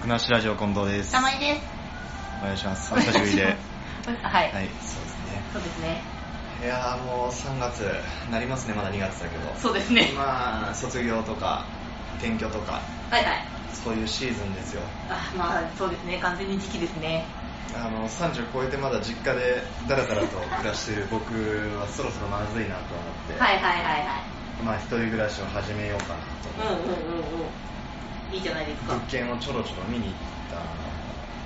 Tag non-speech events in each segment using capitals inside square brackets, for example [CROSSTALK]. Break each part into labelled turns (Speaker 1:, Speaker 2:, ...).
Speaker 1: クナッシュラジオ近藤です。
Speaker 2: たまにです。
Speaker 1: お願いします。お久しぶりで。はい。
Speaker 2: はい。
Speaker 1: そうです
Speaker 2: そうですね。
Speaker 1: ね。いやーもう3月なりますね、まだ2月だけど。
Speaker 2: そうですね。
Speaker 1: まあ、卒業とか、転居とか、
Speaker 2: はいはい。
Speaker 1: そういうシーズンですよ。
Speaker 2: あまあ、そうですね。完全に時期ですね。
Speaker 1: あの、30超えてまだ実家でダラダラと暮らしてる僕はそろそろまずいなと思って、
Speaker 2: はいはいはい
Speaker 1: まあ一人暮らしを始めようかなと思って。
Speaker 2: はい。うんうんうんうん。いいじゃないですか
Speaker 1: 物。件をちょろちょろ見に行っ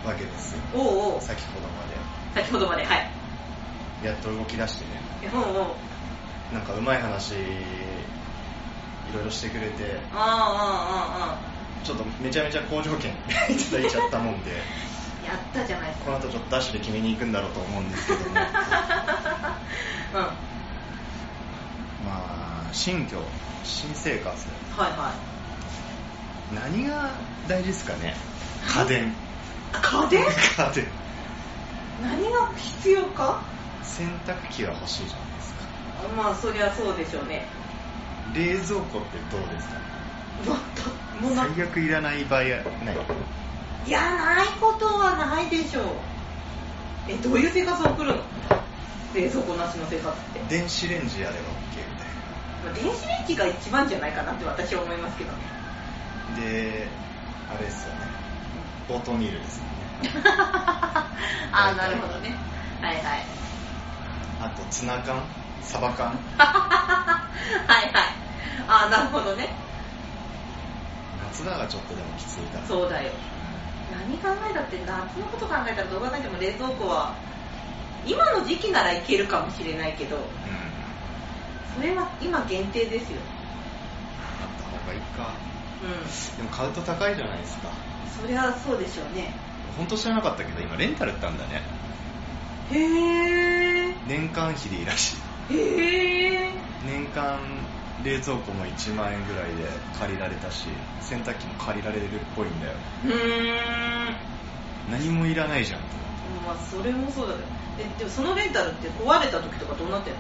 Speaker 1: たわけですよ。
Speaker 2: おうおう。
Speaker 1: 先ほどま
Speaker 2: 先ほどまで。はい。
Speaker 1: で。やっと動き出してね。
Speaker 2: うんうん。
Speaker 1: なんかうまい話、いろいろしてくれて、
Speaker 2: あー
Speaker 1: ちょっとめちゃめちゃ好条件 [LAUGHS] いただいちゃったもんで、
Speaker 2: うんうんうん。やったじゃ [LAUGHS] ないです
Speaker 1: こ
Speaker 2: か。
Speaker 1: の後ちょっとダッシュで決めに行くんだろうと思うんですけども、
Speaker 2: [LAUGHS] うん。は
Speaker 1: まあ、新居、新生活、
Speaker 2: いはい。
Speaker 1: 何が大事ですかね家電。
Speaker 2: [LAUGHS] 家電
Speaker 1: 家電。
Speaker 2: 何が必要か
Speaker 1: 洗濯機は欲しいじゃないですか。
Speaker 2: まあ、そりゃそうでしょうね。
Speaker 1: 冷蔵庫ってどうですか
Speaker 2: また、もうな、
Speaker 1: 最悪いらない場合はない。
Speaker 2: いや、ないことはないでしょう。え、どういう生活を送るの冷蔵庫なしの生活って。
Speaker 1: 電子レンジやれば OK みたいな。
Speaker 2: まあ電子レンジが一番じゃないかなって私は思います [LAUGHS] けどね。
Speaker 1: で、あれですよね。オートミールですよね。
Speaker 2: あー、なるほどね。はいはい。
Speaker 1: あと、ツナ缶サバ缶
Speaker 2: はいはい。あー、なるほどね。
Speaker 1: 夏場がちょっとでもきついから。
Speaker 2: そうだよ。何考えたって夏のこと考えたらどう考えても冷蔵庫は、今の時期ならいけるかもしれないけど、
Speaker 1: うん。
Speaker 2: それは今限定ですよ。
Speaker 1: あった方がいいか。
Speaker 2: うん。
Speaker 1: でも買うと高いじゃないですか。
Speaker 2: そりゃそうでしょうね。
Speaker 1: 本当知らなかったけど、今レンタルったんだね。
Speaker 2: へー。
Speaker 1: 年間費でいいらしい。
Speaker 2: へー。
Speaker 1: 年間冷蔵庫も1万円ぐらいで借りられたし、洗濯機も借りられるっぽいんだよ。
Speaker 2: うーん。
Speaker 1: 何もいらないじゃんと思って。
Speaker 2: まあ、それもそうだけど。え、でもそのレンタルって壊れた時とかどうなってんの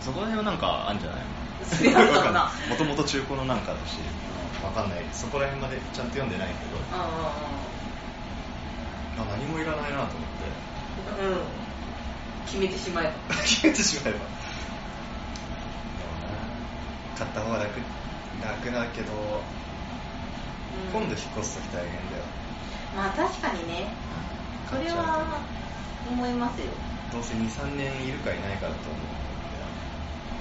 Speaker 1: そこら辺はなんかあんじゃない
Speaker 2: それ
Speaker 1: [LAUGHS]
Speaker 2: あるかな
Speaker 1: もともと中古のなんかだし、わかんない。そこら辺までちゃんと読んでないけど、
Speaker 2: あ
Speaker 1: あ何もいらないなと思っ
Speaker 2: ーうん。決めてしまえば。
Speaker 1: て、 [LAUGHS] 消えてしまえば。でもな買った方が楽、楽だけど、
Speaker 2: うん
Speaker 1: 今度引っ越すとき大変だよ。
Speaker 2: まあ確かにね。それは、思いますよ。
Speaker 1: どうせ2、3年いるかいないかだと思うん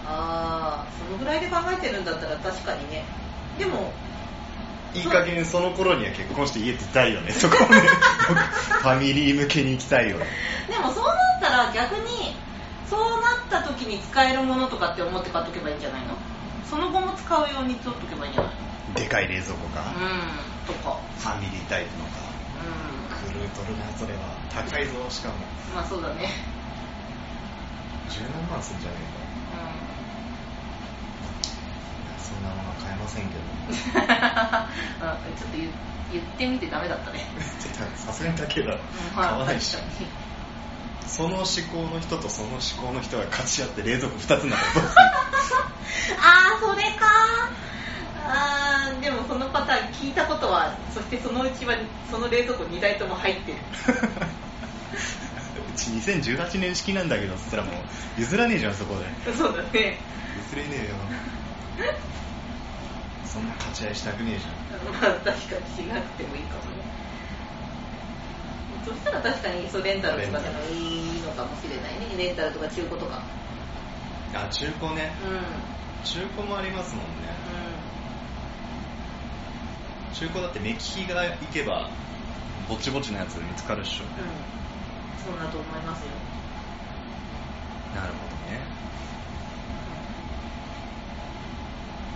Speaker 2: あー、そのぐらいで考えてるんだったら確かにね。でも、
Speaker 1: で。いい加減その頃には結婚して家出たいよね、そこ
Speaker 2: [LAUGHS]
Speaker 1: まで。ファミリー向けに行きたいよね。
Speaker 2: でもそうなったら逆にそうなった時に使えるものとかって思って買っとけばいいんじゃないのその後も使うように取っとけばいいんじゃないの
Speaker 1: でかい冷蔵庫か、
Speaker 2: うんとか
Speaker 1: ファミリータイプのか。
Speaker 2: う
Speaker 1: クルートルなそれは高いぞしかも
Speaker 2: んまあそうだね
Speaker 1: 10何万すんじゃね
Speaker 2: う
Speaker 1: え
Speaker 2: ん [LAUGHS]
Speaker 1: かそんなもの買えませんけど
Speaker 2: あちょっと言言ってみてダメだっ
Speaker 1: [LAUGHS]
Speaker 2: たね
Speaker 1: ちょっとさすがに高いだろ
Speaker 2: うん
Speaker 1: 買わないし
Speaker 2: 確かに [LAUGHS]
Speaker 1: その思考の人とその思考の人が勝ち合って冷蔵庫2つになったらどう
Speaker 2: ああそれかあーでもそのパターン聞いたことはそしてそのうちはその冷蔵庫2台とも入ってる [LAUGHS]
Speaker 1: [LAUGHS] するうち2018年式なんだけどそしたらもう譲らねえじゃんそこで
Speaker 2: そうだね
Speaker 1: 譲れね [LAUGHS] えよそんな勝ち合いしたくねえじゃん
Speaker 2: まあ確かにしなくてもいいかもねそしたら確かにそうレンタルとかでもいいのかもしれないねレンタルとか中古とか
Speaker 1: あ中古ね
Speaker 2: うんうん
Speaker 1: 中古もありますもんね中古だって目利きが行けばぼちぼちのやつ見つかるっしょ
Speaker 2: そんなと思いますよ
Speaker 1: なるほどね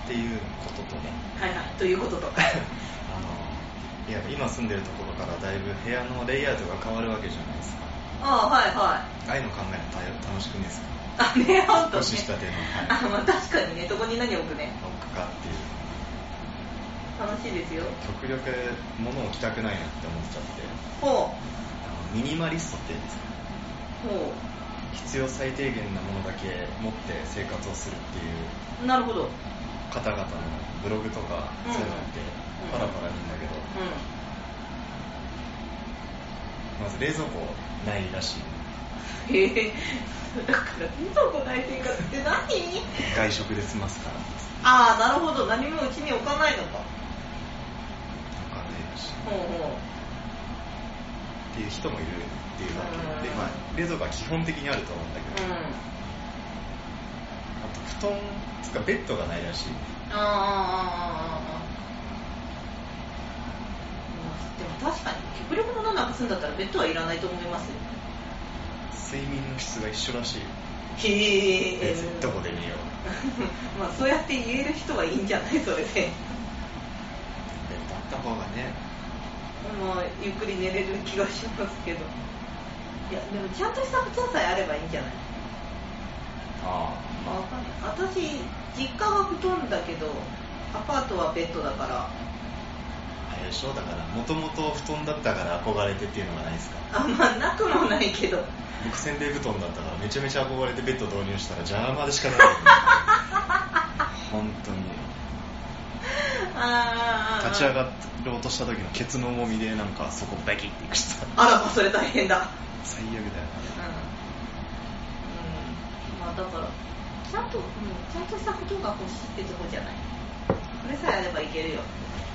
Speaker 1: っていうこととね
Speaker 2: はいはいということと
Speaker 1: あのいや今住んでるところからだいぶ部屋のレイアウトが変わるわけじゃないですか
Speaker 2: [LAUGHS] ああはいはい
Speaker 1: ああいうの考えると楽楽しくねえですか
Speaker 2: あねほんとね
Speaker 1: 年下でのはい
Speaker 2: あまあ確かにねそこに何置くね
Speaker 1: 置くかっていう
Speaker 2: 楽しいですよ
Speaker 1: 極力物を着たくないなって思っちゃって
Speaker 2: ほ
Speaker 1: あのミニマリストって言うんですか
Speaker 2: うほ
Speaker 1: 必要最低限なものだけ持って生活をするっていう
Speaker 2: うなるほどうん
Speaker 1: 方々のブログとか
Speaker 2: うん
Speaker 1: そういうのって
Speaker 2: うん
Speaker 1: パラパラ見んだけど、
Speaker 2: う
Speaker 1: まず冷蔵庫ないらしい
Speaker 2: へえだから見たことない生活って何
Speaker 1: 外食で済ますから
Speaker 2: ああなるほど何もうちに置かないのか
Speaker 1: お金ないらしい
Speaker 2: ほうほう
Speaker 1: っていう人もいるっていうだけで、
Speaker 2: うん
Speaker 1: まあ、冷蔵庫は基本的にあると思うんだけど、あ
Speaker 2: うん
Speaker 1: と布団つうかベッドがないらしい
Speaker 2: ああああああでも確かに極力ものなくすんだったらベッドはいらないと思いますよ
Speaker 1: 睡眠の質が一緒らしいよ
Speaker 2: へ
Speaker 1: でどこで寝よう
Speaker 2: [LAUGHS] まあそうやって言える人はいいんじゃないそれで
Speaker 1: ベッドあった方がね
Speaker 2: まあゆっくり寝れる気がしますけどいやでもちゃんとした布団さえあればいいんじゃない
Speaker 1: あ
Speaker 2: まあわかんない私実家は布団だけどアパートはベッドだから
Speaker 1: あれでしょだからもともと布団だったから憧れてっていうのがないですか
Speaker 2: あまあなくもないけど
Speaker 1: 僕洗礼布団だったからめちゃめちゃ憧れてベッド導入したら邪魔でしかない本当に
Speaker 2: あー
Speaker 1: 立ち上がろうとした時のケツの重みでなんかそこバキッていくしさ
Speaker 2: あらまそれ大変だ
Speaker 1: 最悪だよ
Speaker 2: うん、まあだからちゃんと、うん、ちゃんとしたことが欲しいってとこじゃないこれさえあればいけるよ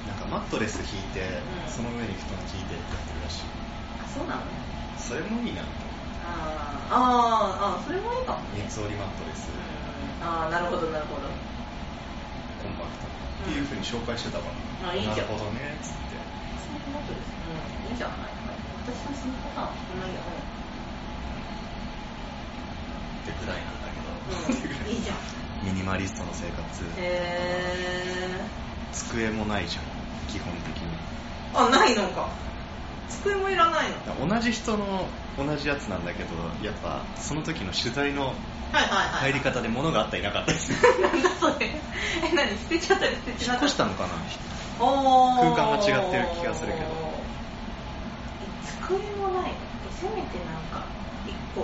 Speaker 1: なんかマットレス引いて、
Speaker 2: うん
Speaker 1: その上に布団敷いてってやってるらしい
Speaker 2: あそうなのね
Speaker 1: それもいいなと
Speaker 2: あーあーあーそれもいいかもね
Speaker 1: 三つ折りマットレス
Speaker 2: うんああなるほどなるほど
Speaker 1: コンパクトっていうふうに紹介してたわ、
Speaker 2: んあいいじゃん
Speaker 1: なるほどねっつって
Speaker 2: そんなことですうんいいんじゃない私のそのパターンはそんなに
Speaker 1: ってぐらいなんだけど、ってぐ
Speaker 2: うん、
Speaker 1: ら
Speaker 2: いいじゃん
Speaker 1: ミニマリストの生活、
Speaker 2: へえ
Speaker 1: 机もないじゃん基本的に
Speaker 2: ー、あないのか机もいらないの
Speaker 1: だから同じ人の同じやつなんだけどやっぱその時の取材の
Speaker 2: はいはいはい
Speaker 1: 入り方で物があったりなかったりする
Speaker 2: [LAUGHS] なんだそれえ何捨てちゃったり捨てち
Speaker 1: [LAUGHS] 引
Speaker 2: ゃ
Speaker 1: っ
Speaker 2: った
Speaker 1: 越
Speaker 2: り
Speaker 1: したのかな
Speaker 2: おー
Speaker 1: 空間が違ってる気がするけど
Speaker 2: 机もないせめてなんか1個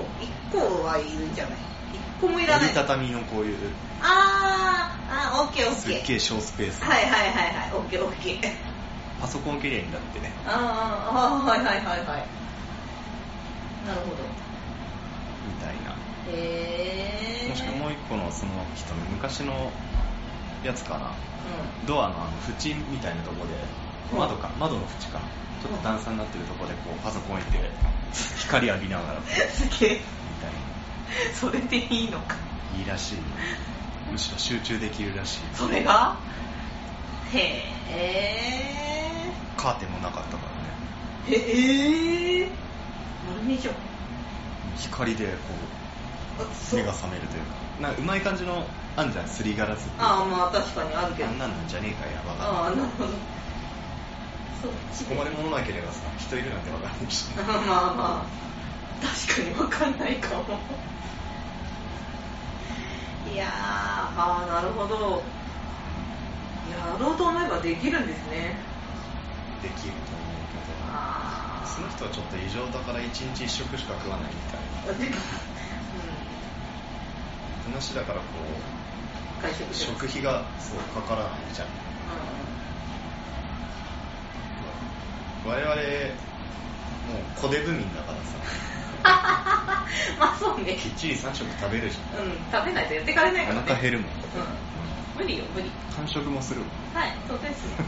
Speaker 2: 1個はいるんじゃない1個もいら
Speaker 1: 折
Speaker 2: な
Speaker 1: り
Speaker 2: いあー
Speaker 1: たたみのこういう
Speaker 2: あーオッケーオッ
Speaker 1: す
Speaker 2: ケー
Speaker 1: っげえ小スペース、
Speaker 2: はいはいはいはいオッケーオッケー
Speaker 1: パソコン綺麗になってね
Speaker 2: あーあーはいはいはいはいなるほど
Speaker 1: みたいな
Speaker 2: へえ
Speaker 1: もしくはもう一個のその人の昔のやつかなドアのあの縁みたいなとこで
Speaker 2: うん
Speaker 1: 窓か窓の縁かちょっと段差になってるとこでこうパソコン置いて光浴びながらみたい
Speaker 2: うん [LAUGHS] すげえ
Speaker 1: な
Speaker 2: それでいいのか
Speaker 1: いいらしいよむしろ集中できるらしい
Speaker 2: それがへえ
Speaker 1: カーテンもなかったからね
Speaker 2: ええー、丸めじゃん
Speaker 1: 光でこ
Speaker 2: あ
Speaker 1: う
Speaker 2: そう
Speaker 1: 目が覚めるというかなんかうまい感じのあんじゃんすりガラスっていう
Speaker 2: ああまあ確かにあるけど
Speaker 1: あんなんなんじゃねえかやば
Speaker 2: ああ
Speaker 1: か
Speaker 2: なるほどそっち
Speaker 1: そこまで物なければさ人いるなんてわかんないし
Speaker 2: [LAUGHS] まあまあ確かにわかんないかもいやーああなるほどやろうと思えばできるんですね
Speaker 1: できると思うけど
Speaker 2: ああ
Speaker 1: その人はちょっと異常だから一日一食しか食わないみたいな
Speaker 2: うん
Speaker 1: 話だからこう
Speaker 2: 外食します
Speaker 1: 食費がそうかからないじゃん我々もう小デブ民だからさ
Speaker 2: うんまあそうね
Speaker 1: きっちり3食食べるじ
Speaker 2: うん食べないとやっていかれな
Speaker 1: ゃ
Speaker 2: い
Speaker 1: ん
Speaker 2: か
Speaker 1: お
Speaker 2: らね
Speaker 1: 腹減るもん
Speaker 2: うん無理よ無理
Speaker 1: 完食もするもん
Speaker 2: はいそうですね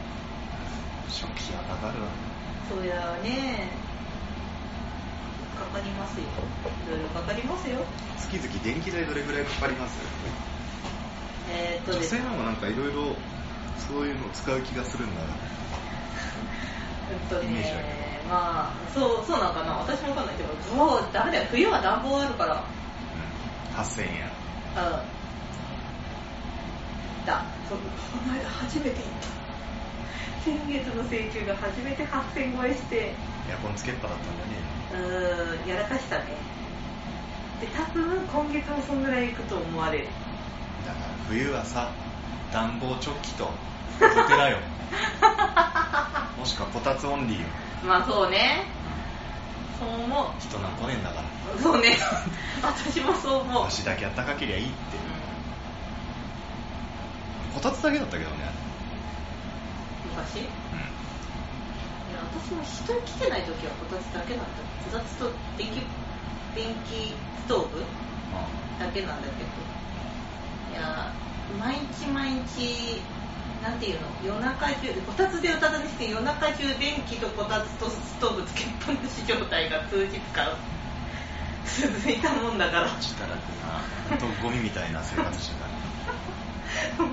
Speaker 1: [LAUGHS] 食費はかかるわ
Speaker 2: そりゃあねかかりますよいろいろかかりますよ
Speaker 1: 月々電気代どれぐらいかかります
Speaker 2: えー、っと
Speaker 1: 女
Speaker 2: です
Speaker 1: 性
Speaker 2: ね
Speaker 1: の方がなんかいろいろそういうのを使う気がするんだな
Speaker 2: うんと
Speaker 1: イメージある
Speaker 2: ねまあそうそうなんかな私もわかんないけどもうダメだよ冬は暖房あるから
Speaker 1: 8000円
Speaker 2: あだそうこの間初めて行った先月の請求が初めて8000超えして
Speaker 1: エアコンつけっぱだったんだね
Speaker 2: うーんやらかしたねで多分今月もそんぐらい行くと思われる
Speaker 1: だから冬はさ暖房チョッキとお寺
Speaker 2: [LAUGHS]
Speaker 1: よもしくはこたつオンリーよ
Speaker 2: まあそうねそう思
Speaker 1: 人なんこねんだか
Speaker 2: うそうね [LAUGHS] 私もそう
Speaker 1: ら
Speaker 2: 思う、
Speaker 1: 足だけあったかけりゃいいって
Speaker 2: うん
Speaker 1: こたつだけだったけどね
Speaker 2: 昔いや私も人来てない時はこたつだけなんだこたつと電気電気ストーブだけなんだけどいや毎日毎日なんていうの夜中中こたつで歌たたにして夜中中電気とこたつとストーブつけっぱなし状態が数日間 [LAUGHS] 続いたもんだから
Speaker 1: ちったらってな本当ゴミみたいな生活してたね
Speaker 2: も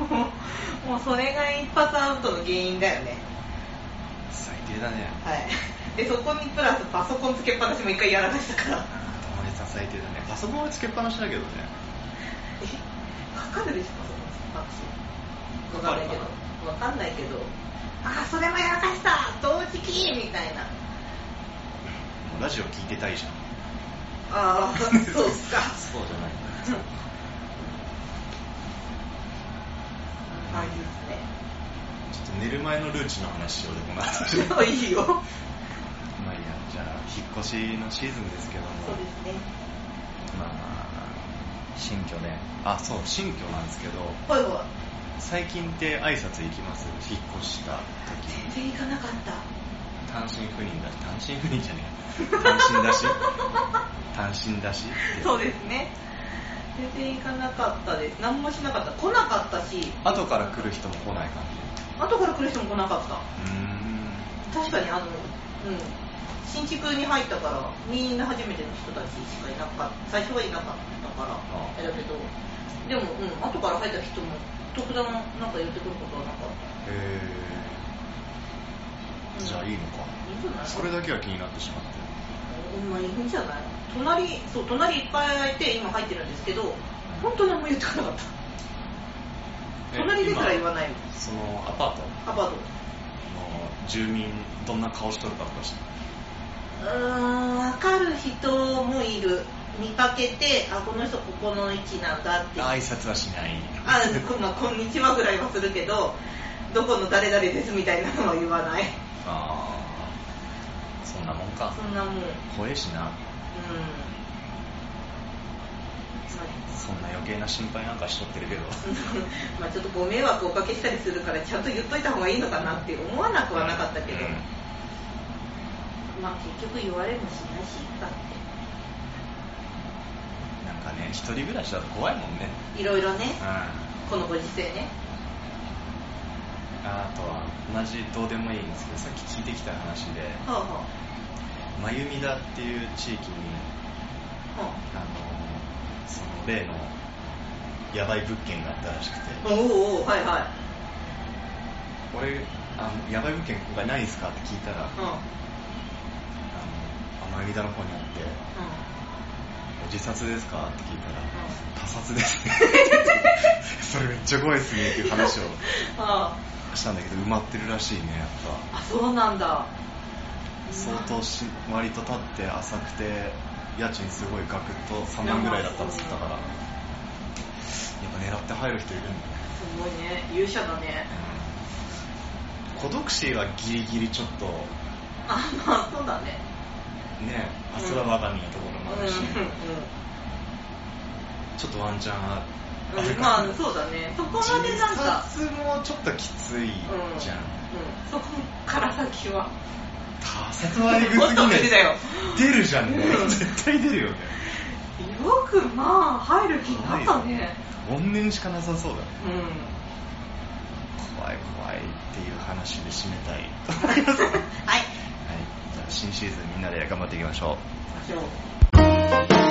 Speaker 2: うもうそれが一発アウトの原因だよね
Speaker 1: 最低だね
Speaker 2: はいでそこにプラスパソコンつけっぱなしも一回やらかしたから
Speaker 1: 友達さん最低だねパソコンはつけっぱなしだけどね
Speaker 2: えかかるでしょパソコンつけっぱなしわかんないけ
Speaker 1: かかる
Speaker 2: どわかんないけどああそれもやらかした同時期みたいな
Speaker 1: もうラジオ聞いてたいじゃん
Speaker 2: ああそうっすか
Speaker 1: そうじゃない
Speaker 2: うんあいいですね
Speaker 1: ちょっと寝る前のルーチの話をでこの後 [LAUGHS]
Speaker 2: [LAUGHS] いいよ。
Speaker 1: まあいいやじゃあ引っ越しのシーズンですけども
Speaker 2: そうですね。
Speaker 1: まあ新居ねあそう新居なんですけど
Speaker 2: ほいほい。
Speaker 1: 最近って挨拶行きます引っ越した時
Speaker 2: 全然行かなかっ
Speaker 1: 単身赴任だし単身赴任じゃね [LAUGHS] え単身だし単身だし
Speaker 2: た。そうですね。全然行かなかったです。何もしなかった。来なかったし、
Speaker 1: 後から来る人も来ない感
Speaker 2: 後から来る人も来なかっ
Speaker 1: じうーん
Speaker 2: た。確かにあの、うん。新築に入ったから、みんな初めての人たちしかいなかった。最初はいなかったから、
Speaker 1: あ
Speaker 2: あれだけど、でも、うん、後から入った人も、特段なんか言ってくることはなかっ
Speaker 1: へ
Speaker 2: た。
Speaker 1: えじゃあいいのか
Speaker 2: いいんじゃない
Speaker 1: それだけは気になってしまって
Speaker 2: まあいいんじゃない隣そう隣いっぱい空いて今入ってるんですけど本当に何も言ってこなかった隣ですら言わない
Speaker 1: え今そのアパート
Speaker 2: アパート
Speaker 1: の住民どんな顔しとるかとか知って
Speaker 2: うーん分かる人もいる見かけてあこの人ここの位置なんだって
Speaker 1: 挨
Speaker 2: あ
Speaker 1: 拶はしない
Speaker 2: こんなこんにちはぐらいはするけどどこの誰々ですみたいなのは言わない
Speaker 1: [LAUGHS] ああそんなもんか
Speaker 2: そんなもんうん
Speaker 1: 怖えしなそんな余計な心配なんかしとってるけど
Speaker 2: まあちょっとご迷惑をおかけしたりするからちゃんと言っといた方がいいのかなって思わなくはなかったけど、
Speaker 1: うん
Speaker 2: まあ結局言われもしないしだっ
Speaker 1: なんかね一人暮らしだと怖いもんね
Speaker 2: ていろいろね
Speaker 1: うんあ
Speaker 2: このご時世ね
Speaker 1: あとは同じどうでもいいんですけどさっき聞いてきた話で
Speaker 2: はあは
Speaker 1: 真由美田っていう地域に
Speaker 2: あは
Speaker 1: あのその例のやばい物件があったらしくて
Speaker 2: あおおおうはいはい
Speaker 1: 俺あのやばい物件今回ないんすかって聞いたら、
Speaker 2: うんう
Speaker 1: あの天海田の方にあって
Speaker 2: ん
Speaker 1: 自殺ですかって聞いたら他殺です [LAUGHS] ねそれめっちゃ怖いっすねっていう話を
Speaker 2: [LAUGHS] あ
Speaker 1: したんだけど埋まってるらしいねやっ
Speaker 2: ああそうなんだ
Speaker 1: ぱ相当し割と立って浅くて家賃すごいガクッと3万ぐらいだったっつったからやっぱ狙って入る人いるんだね
Speaker 2: すごいね勇者だね
Speaker 1: 孤独死はギリギリちょっと
Speaker 2: あまあそうだね
Speaker 1: ねあそれは我が身のところもあるし、
Speaker 2: う
Speaker 1: ちょっとワンチャンあ
Speaker 2: んうん、う
Speaker 1: る
Speaker 2: ん、
Speaker 1: か
Speaker 2: まあ
Speaker 1: な
Speaker 2: そうだねそこまでなんか
Speaker 1: 自殺もちょっときついじゃん、
Speaker 2: うん、そこから先は
Speaker 1: 他殺はえぐすぎ
Speaker 2: もっと無
Speaker 1: な
Speaker 2: 理だ
Speaker 1: い
Speaker 2: よ
Speaker 1: 出るじゃんね、
Speaker 2: うん
Speaker 1: 絶対出るよね
Speaker 2: よく [LAUGHS] まあ入る気になったね
Speaker 1: 怨念しかなさそうだね
Speaker 2: うん
Speaker 1: 怖い怖いっていう話で締めたいはい
Speaker 2: はい。 [LAUGHS]
Speaker 1: じゃあ新シーズンみんなで頑張っていきましょう
Speaker 2: 以上。